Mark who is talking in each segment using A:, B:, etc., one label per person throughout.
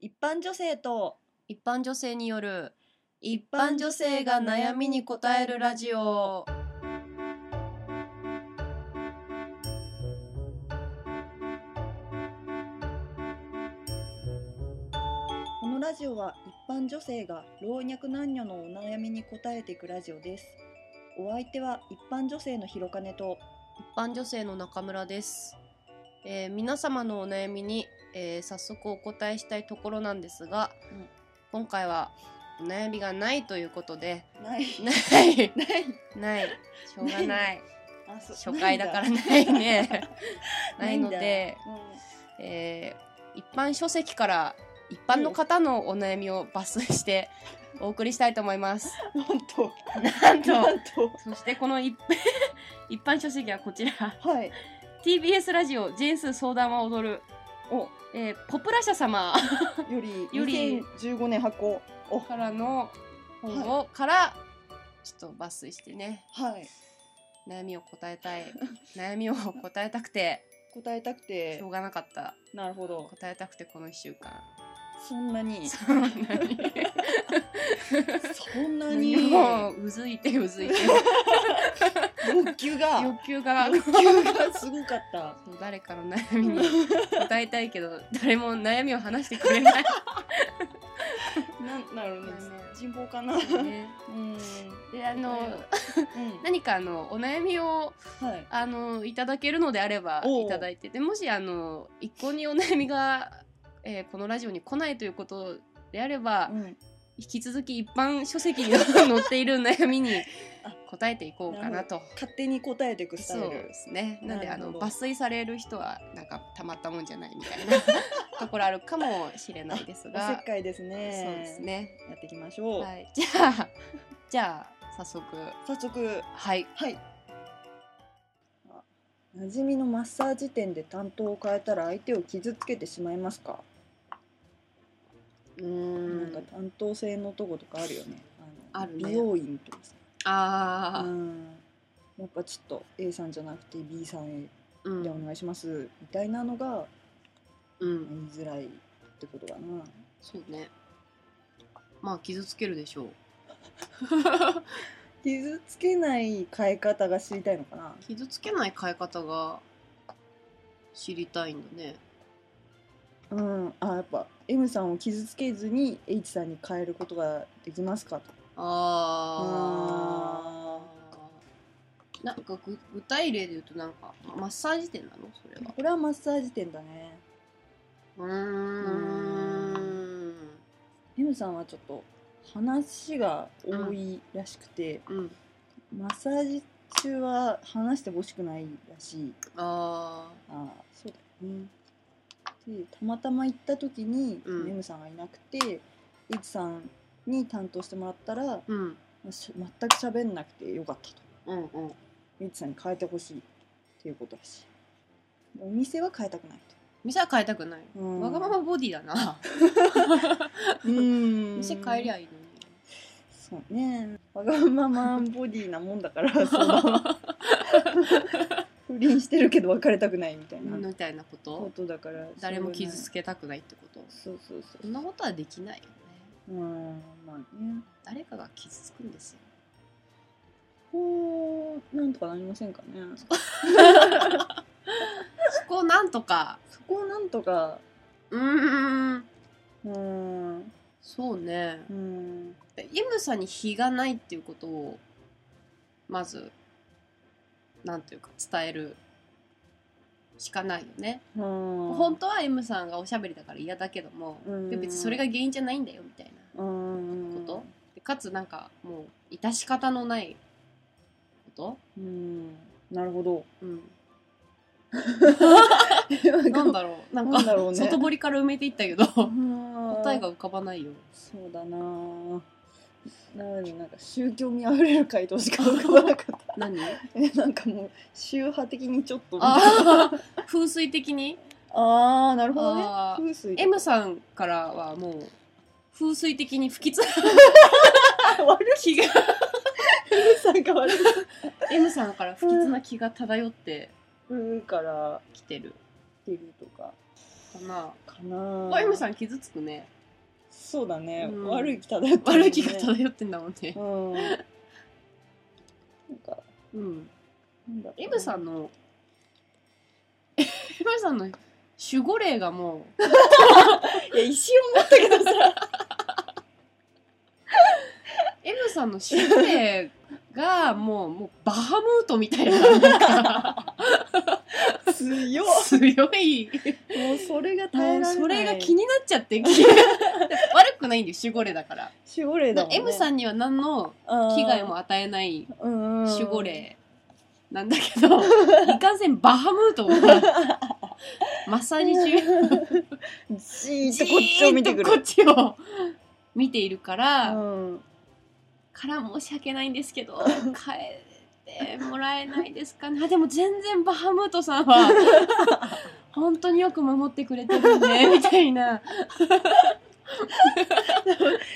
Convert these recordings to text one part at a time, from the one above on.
A: 一般女性と
B: 一般女性による一般女性が悩みに答えるラジオ
A: このラジオは一般女性が老若男女のお悩みに答えていくラジオですお相手は一般女性のひろかねと
B: 一般女性の中村です、えー皆様のお悩みに、えー早速お答えしたいところなんですが、
A: うん
B: 今回はお悩みがないということ で
A: ない
B: ない
A: ない
B: ないしょうがない
A: あそ
B: 初回だから
A: ん
B: ないねない
A: ん
B: の
A: だ
B: で、
A: う
B: えー一般書籍から一般の方のお悩みを抜粋してお送りしたいと思います。
A: ん、なんと
B: なん
A: な
B: と、
A: んと
B: そしてこの一 一般書籍はこちら。
A: はい
B: TBS ラジオジェンス相談は踊る。をえーポプラ社様
A: より
B: より
A: 2015年発行おは
B: からの本をから、ちょっと抜粋してね、
A: い
B: 悩みを答え たい、悩みを答えたくて、
A: 答えたく
B: してょうがなかった。
A: なるほど
B: 答えたくてこの一週間。
A: そんなに
B: そんなに。
A: そんなに
B: もううずいて うずいて
A: 欲求が
B: 欲求が
A: 欲求がすごか った
B: そう 誰かの悩みに答えたいけど誰も悩みを話してくれない、
A: なんなるほどね
B: うん
A: 人望かな
B: ね、
A: うん
B: であの
A: うん
B: 何かあのお悩みを
A: はい
B: あのいただけるのであれば
A: おう
B: いただいてでもしあの一向にお悩みが、えーこのラジオに来ないということであれば、
A: うん
B: 引き続き一般書籍に載っている悩みに
A: あ
B: 答えていこうかなと。
A: 勝手に答えていくスタ
B: そう
A: イ
B: で
A: ル
B: すね。なんで
A: な
B: あ
A: るほど
B: の抜粋される人はなんかたまったもんじゃないみたい なところあるかもしれないです
A: おせ
B: が
A: っ、かいです
B: そう
A: ね
B: ですね。
A: やっていきましょう
B: はい。じゃあじゃあ早速
A: 早速
B: はい。
A: はい馴染みのマッサージ店で担当を変えたら相手を傷つけてしまいますか、
B: う
A: なんか担当性のとことかあるよねの
B: あるね
A: 美容院とかさ
B: あ
A: う
B: あ
A: んやっぱちょっと A さんじゃなくて B さんへ
B: うん
A: でお願いします、みたいなのが
B: うん
A: 言いづらいってことかな
B: そうね。まあ傷つける でしょう。
A: 傷つけない変え方が知りたいのかな
B: 傷つけない変え方が知りたいんだね。
A: うんあやっぱ M さんを傷つけずに H さんに変えることができますかと
B: ああ。なんか具具体例で言うとなんかマッサージ店なのそれは。
A: これはマッサージ店だね
B: うーん。
A: M さんはちょっと話が多いらしくて、
B: うん。
A: マッサージ中は話してほしくないらしい
B: あ
A: ああそうだよねでたまたま行った時に、
B: うん
A: M さんがいなくて H さんに担当してもらったら、ま
B: あ。うん。
A: あし全く喋んなくてよかったと
B: うんうん。
A: H さんに変えてほしいっていうことらしいお店は変えたくない
B: 店は変えたくない。
A: と、うん
B: わがままボディだな。
A: うん
B: 店変えりゃいいの
A: そうねわがままボディなもんだから その不
B: に。
A: 倫してるけど別れたくないみたいな
B: みたいなこ。
A: こととだから
B: 誰も傷つ
A: け
B: けたくないってこと。
A: そうそうそ
B: そ
A: うん
B: なことはできないよね。
A: うんまあね
B: 誰かが傷つくんですよ。
A: こうなんとかなりませんかね
B: そこをなんとか。
A: そこをなんとか
B: うーん。
A: うーん
B: そうね
A: う。ん
B: でイムさんに非がないっていうことを、まず、なんていうか伝えるしかないよね。本
A: 本
B: 当は M さんがおしゃべりだから嫌だけども、
A: うん
B: いや別にそれが原因じゃないんだよみたいな。
A: うーん
B: ことでかつなんかもう致し方のないこ
A: うんなるほど
B: と、うん、
A: な
B: なんだろうなん
A: な
B: か
A: んだろうね
B: 外堀から埋めていったけど
A: 答
B: 答えが浮かばないよ
A: そうだなぁなのでなんか宗教味あふれる回答しか浮かばなかった
B: 何
A: えなんかもう宗派的にちょっと
B: あー風水的に
A: あーなるほどね
B: あー
A: 風水
B: M さんからはもう風水的に不吉な
A: 悪
B: 気が
A: いさんが悪い
B: M さんから不吉な気が漂って
A: うんから
B: きてる
A: っていうとか
B: かな。
A: かな
B: あ、ゆみさん傷つくね。
A: そうだね、
B: うん
A: 悪い方だった
B: 悪い気が
A: だ
B: 漂ってんだもんね。
A: うんなんか
B: うん。
A: なんだろうな
B: エムさんの、エムさんの守護霊がもう、
A: いや一瞬思ったけどさ
B: エムさんの守護霊がもう、もうバハムートみたい ななんか、
A: 強っ
B: 強い。
A: もうそれが耐えられない
B: それが気になっちゃって、 悪くないんだよ、守護霊だから。
A: 守護霊だもん、ね、
B: M さ
A: ん
B: んには何の危害も与えない守
A: 守
B: 護霊なんだ けど、いかんせんバハムートが、マッサージ中。
A: じーっとこっちを見てくる
B: じーっとこっちを見ているから、
A: うん
B: から申し訳ないんですけど帰ってもらえないですかねあでも全然バハムートさ んは本当によく守ってくれてるねみたいな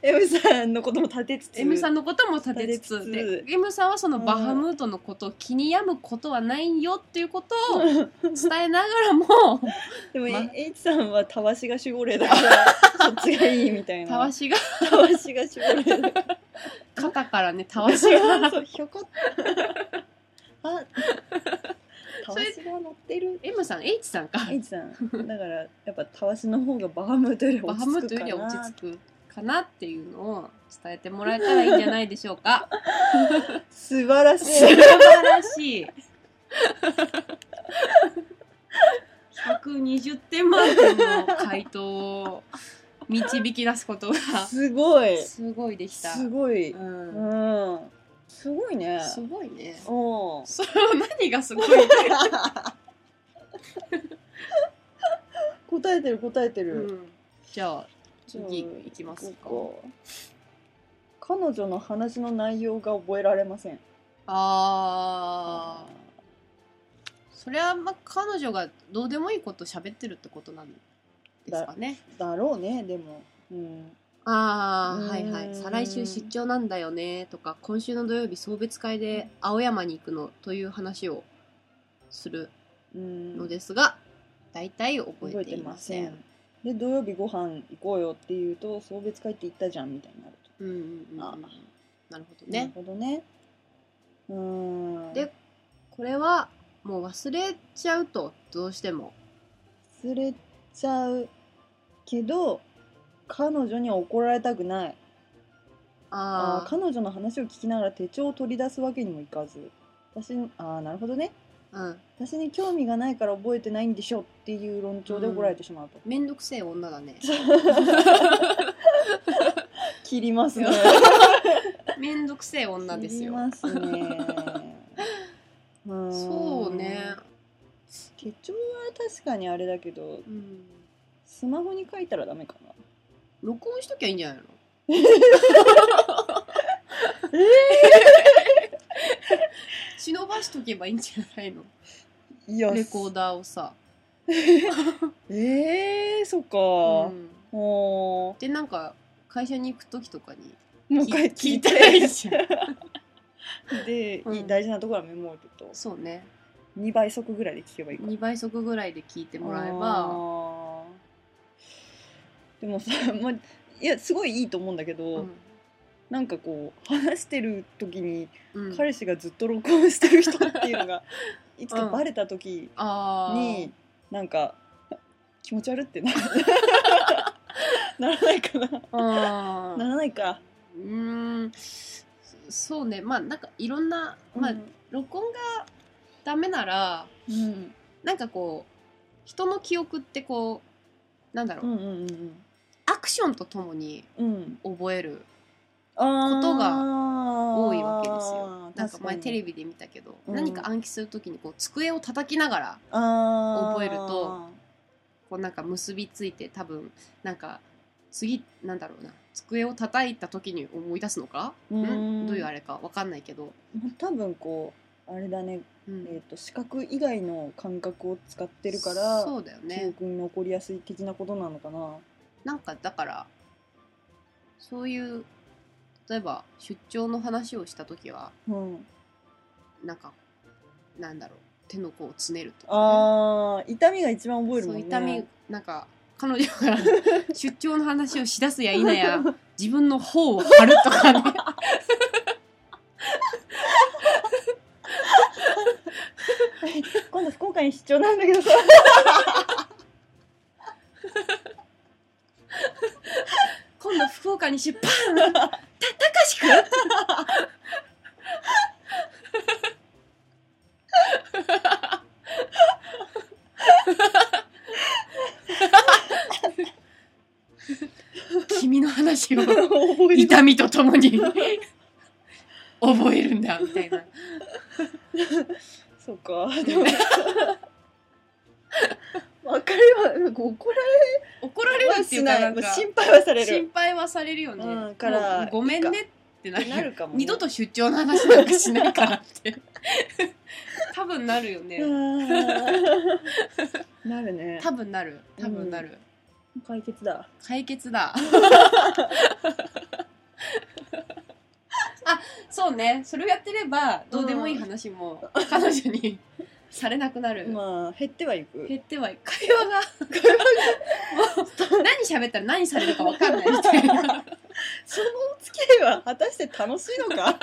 A: M さんのことも立てつつ
B: M さ
A: ん
B: んのことも立てつ
A: 立
B: つ
A: てつつ
B: で M さんはそのバハムートのことを気に病むことはないよっていうこと を伝えながらも
A: でも、
B: ま
A: H さんはたわしが守護霊だから そっちがいいみたいな
B: たわ
A: し
B: しが
A: たわしが守護霊だから
B: 肩からねたわし が
A: そうひょこっとあたわしが乗ってる
B: M さん H さんか
A: H さんだからやっぱたわしの方がバハムートより
B: バ
A: 落
B: ハ
A: ち
B: ムー
A: 着
B: ト
A: く
B: よ
A: かな
B: りは落ち着くかなっていうのを伝えてもらえたらいいんじゃないでしょうか。
A: 素晴らし
B: 素晴
A: い
B: らしい。120点満点の回答を導き出すことが
A: すごい
B: すごいでした。
A: すごい、
B: う、
A: うんんすごいね
B: すごいね。
A: うん
B: それは何がすごい
A: 答えてる答えて
B: う
A: る、
B: んじゃあ次いきますか。
A: 彼女の話の内容が覚えられません
B: あーそれはまあ彼女がどうでもいいこと喋ってるってことなんですかね。
A: だろうねでもうん
B: ああはいは
A: うー
B: い
A: ん
B: 再来週出張なんだよねとか今週の土曜日送別会で青山に行くのという話をする
A: うん
B: のですが大体覚
A: 覚
B: え
A: え
B: て
A: て
B: いま
A: ま
B: せ
A: せ
B: ん
A: んで土曜日ご飯行こうよって言うと送別会って言ったじゃんみたいになる
B: うんうんうんうん
A: あ
B: なるほど
A: となる
B: ね
A: ほどねうーん
B: でこれはもう忘れちゃうとどうしても
A: 忘れちゃうけど彼女には怒られたくないあ
B: あ
A: ー彼女の話を聞きながら手帳を取り出すわけにもいかず私にああなるほどね
B: あうん
A: 私に興味がないから覚えてないんでしょっていう論調で怒られてしまうと、
B: めんどくせえ女だね
A: 切りますね
B: めんどくせえ女です
A: 切り
B: よ
A: ます ねうーん
B: そうね
A: 手帳は確かにあれだけど
B: うん
A: スマホに書いたらダメかな
B: 録音しときゃいいんじゃない の 忍ばしとけばいいんじゃないの
A: いや
B: レコーダーをさ、
A: えー、そっ
B: う
A: か、
B: ん、
A: お
B: でなんか会社に行く時とか
A: ー
B: に
A: もう一回聞
B: 聞
A: い
B: いたらいい
A: て
B: じゃん
A: で、
B: うん
A: いい大事なところはメモると
B: そうね
A: 2倍速ぐらいで聞けばいいか
B: 2倍速ぐらいで聞いてもらえ
A: あ
B: ば、
A: ーでもさ、 ま、いやすごいいいと思うんだけど、
B: うん
A: なんかこう話してる時に
B: うん、
A: 彼氏がずっと録音してる人っていうの がいつかバレた時
B: あー
A: に、なんか気持ち悪ってなるならないかな
B: あー
A: ならないか、
B: うーんそうねまあなんかいろんな、まあ
A: うん
B: 録音がダメなら
A: うん、
B: なんかこう人の記憶ってこうなんだろう、
A: うんうんうん
B: アクションとともに
A: うんうん
B: 覚える
A: こと
B: が多いわけですよなんか前テレ
A: ビ
B: ビで見たけど、
A: うん
B: 何か暗記するときにこう机を叩きながら
A: 覚
B: 覚えるとこうなんか結びついて多分なんか次なんだろうな机を叩いた時に思い出すのか、
A: うん
B: んどういうあれかわかんないけど、
A: 多分こうあれだね、
B: うん
A: えー、と視覚以外の感覚を使ってるから、
B: そうだよ
A: 記
B: ね
A: 憶に残りやすい的なことなのかな
B: なんかだからそういう例えば出張の話をした時は
A: うん
B: なんかなんだろう手の甲をつねるとか、
A: あー痛みが一番覚える
B: ね、そ
A: もん
B: う
A: ね
B: 痛みなんか彼女が 出張の話をしだすや否や自分の頬を張るとかね
A: 今度福岡に出張なんだけど さ
B: 今度福岡に出版たたかしくん君の話を
A: 覚え
B: 痛みとともに覚えるんだみたいな
A: そうかでもわかるよなんか怒ら
B: 怒ら
A: れ
B: れる
A: は
B: ってい
A: し
B: うか
A: な
B: ないんか
A: 心配はされる
B: 心配はされるよね、
A: うんから
B: もうごめんねってなるよ
A: なるかもね
B: 二度と出張の話なんかしないからって 多分なるよね、
A: あ ーなるね
B: 多分なる多分なる、
A: 解決だ
B: 解決だ あそうねそれをやってればどうでもいい話も彼女に されなくなる、
A: まあ減ってはいく
B: 減ってはい会話がもう何喋ったら何されるか分かんないみたい な
A: そのお付き合いは果たして楽しいのか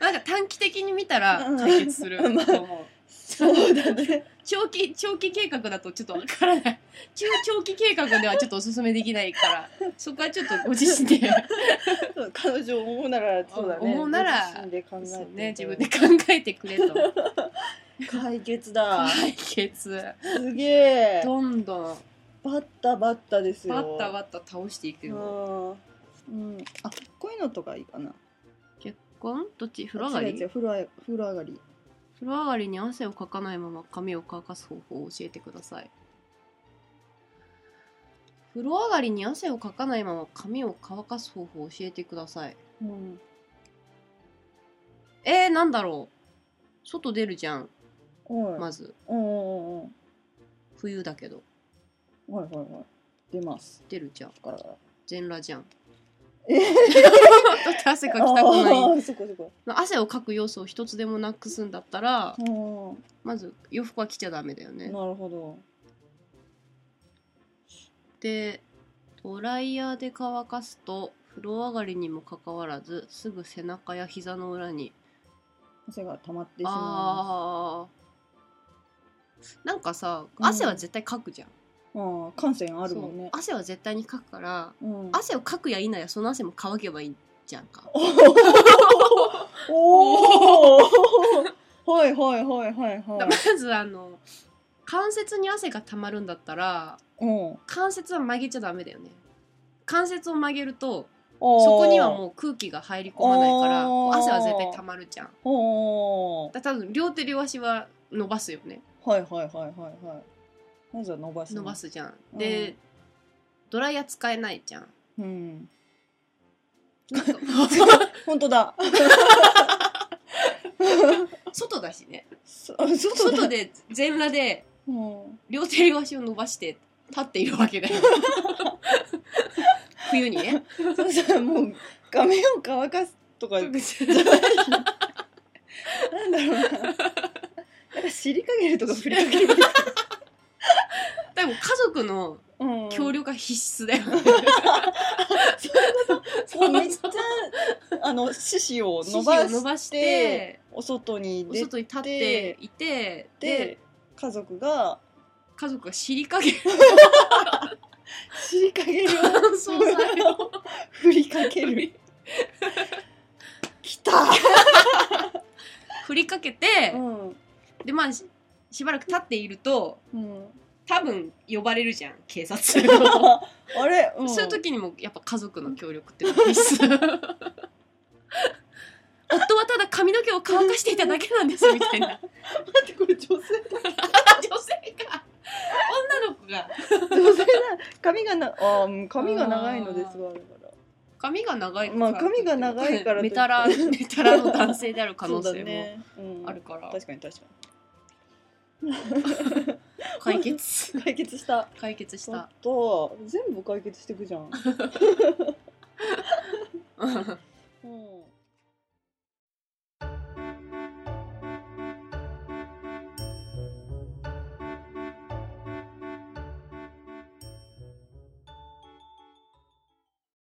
B: なんか短期的に見たら
A: うん
B: 解決すると思う
A: そうだね
B: 長期長期計画だとちょっとわからない 中長期計画ではちょっとおすすめできないからそこはちょっとご自身で
A: そう彼女を思うならそうだね
B: 思うなら
A: ご自身で考
B: そう
A: え
B: ね
A: て
B: 自
A: い
B: 分
A: く
B: で考えてくれと
A: 解決だ
B: 解決
A: すげえ
B: どんどん
A: バッタバッタですよ
B: バッタバッタ倒していくよ
A: うん、うんあこういうのとかいいかな
B: 結婚どっち風呂上が
A: 違う違
B: り
A: う風呂あ風呂上がり
B: 風呂上がりに汗をかかないまま髪を乾かす方法を教えてください風呂上がりに汗をかかないまま髪を乾かす方法を教えてください
A: うん
B: えー、なんだろう外出るじゃん
A: おい、
B: まず
A: うんうんうんうん
B: 冬だけど
A: はいはいはい出ます
B: 出るじゃん
A: ガラガラ
B: 全裸じゃん
A: え
B: だって汗かきたくな
A: あ
B: い
A: ーそこそこ
B: 汗をかく要素を一つでもなくすんだったら
A: うんうん
B: まず洋服は着ちゃダメだよね
A: なるほど
B: でドライヤーで乾かすと風呂上がりにもかかわらずすぐ背中や膝の裏に
A: 汗が溜まってしま
B: あーなんかさ
A: うん
B: 汗は絶対かくじゃん、
A: うああ感染あるもん
B: そう
A: ね
B: 汗は絶対にかくから
A: うん
B: 汗をかくや否やその汗も乾けばいいじゃんか
A: おお はいはいはいはいはい
B: だからまずあの関節に汗がたまるんだったら
A: うん
B: 関節は曲げちゃダメだよね関節を曲げると
A: そ
B: そこにはもう空気が入り込まないから
A: あー
B: こう汗は絶対たまるじゃん
A: うおー
B: だ多分両手両足は伸ばすよね
A: はいはいはいはいはいまずは伸ばす
B: 伸ばすじゃん、
A: うん
B: でドライヤー使えないじゃ ん
A: うん
B: なんか
A: 本当だ
B: 外だしね
A: そ 外だ
B: 外で全裸で
A: うん
B: 両手両足を伸ばして立っているわ けだよ冬にね
A: そうそうもう画面を乾かすとかじゃないしなんだろうななんか尻かげるとか振りかけ る、
B: でも家族の
A: うん、
B: 協力が必須だよ、ね
A: もうめっち
B: そう
A: ゃあの獅子を伸
B: 指示
A: ば
B: を伸ば
A: し
B: してて
A: お外に
B: お
A: 出
B: 外に立っていてで
A: て家族が
B: 家族が尻かけ
A: 尻かげるを
B: 乾燥剤を
A: 振りかけるきた、
B: 振りかけて、
A: うん
B: でまあししばらく立っていると
A: うん、
B: 多分呼ばれるじゃん警察そ
A: あれ、 うん、
B: ういう時にもやっぱ家族の協力っていうのが必須夫はただ髪の毛を乾かしていただけなんですみた いな
A: 待ってこれ女性
B: 女性が女の子が
A: 女性だ髪がなあーうん髪が長いのですがあるから
B: 髪が長い
A: まあ髪が長いからとい
B: メ
A: って
B: タラメタラの男性である可能
A: そう
B: 性
A: だ
B: も
A: ねうん
B: あるから、
A: 確かに確か
B: 解決
A: に解決した
B: 解決し
A: ちょ ったと全部解決していくじゃん
B: うん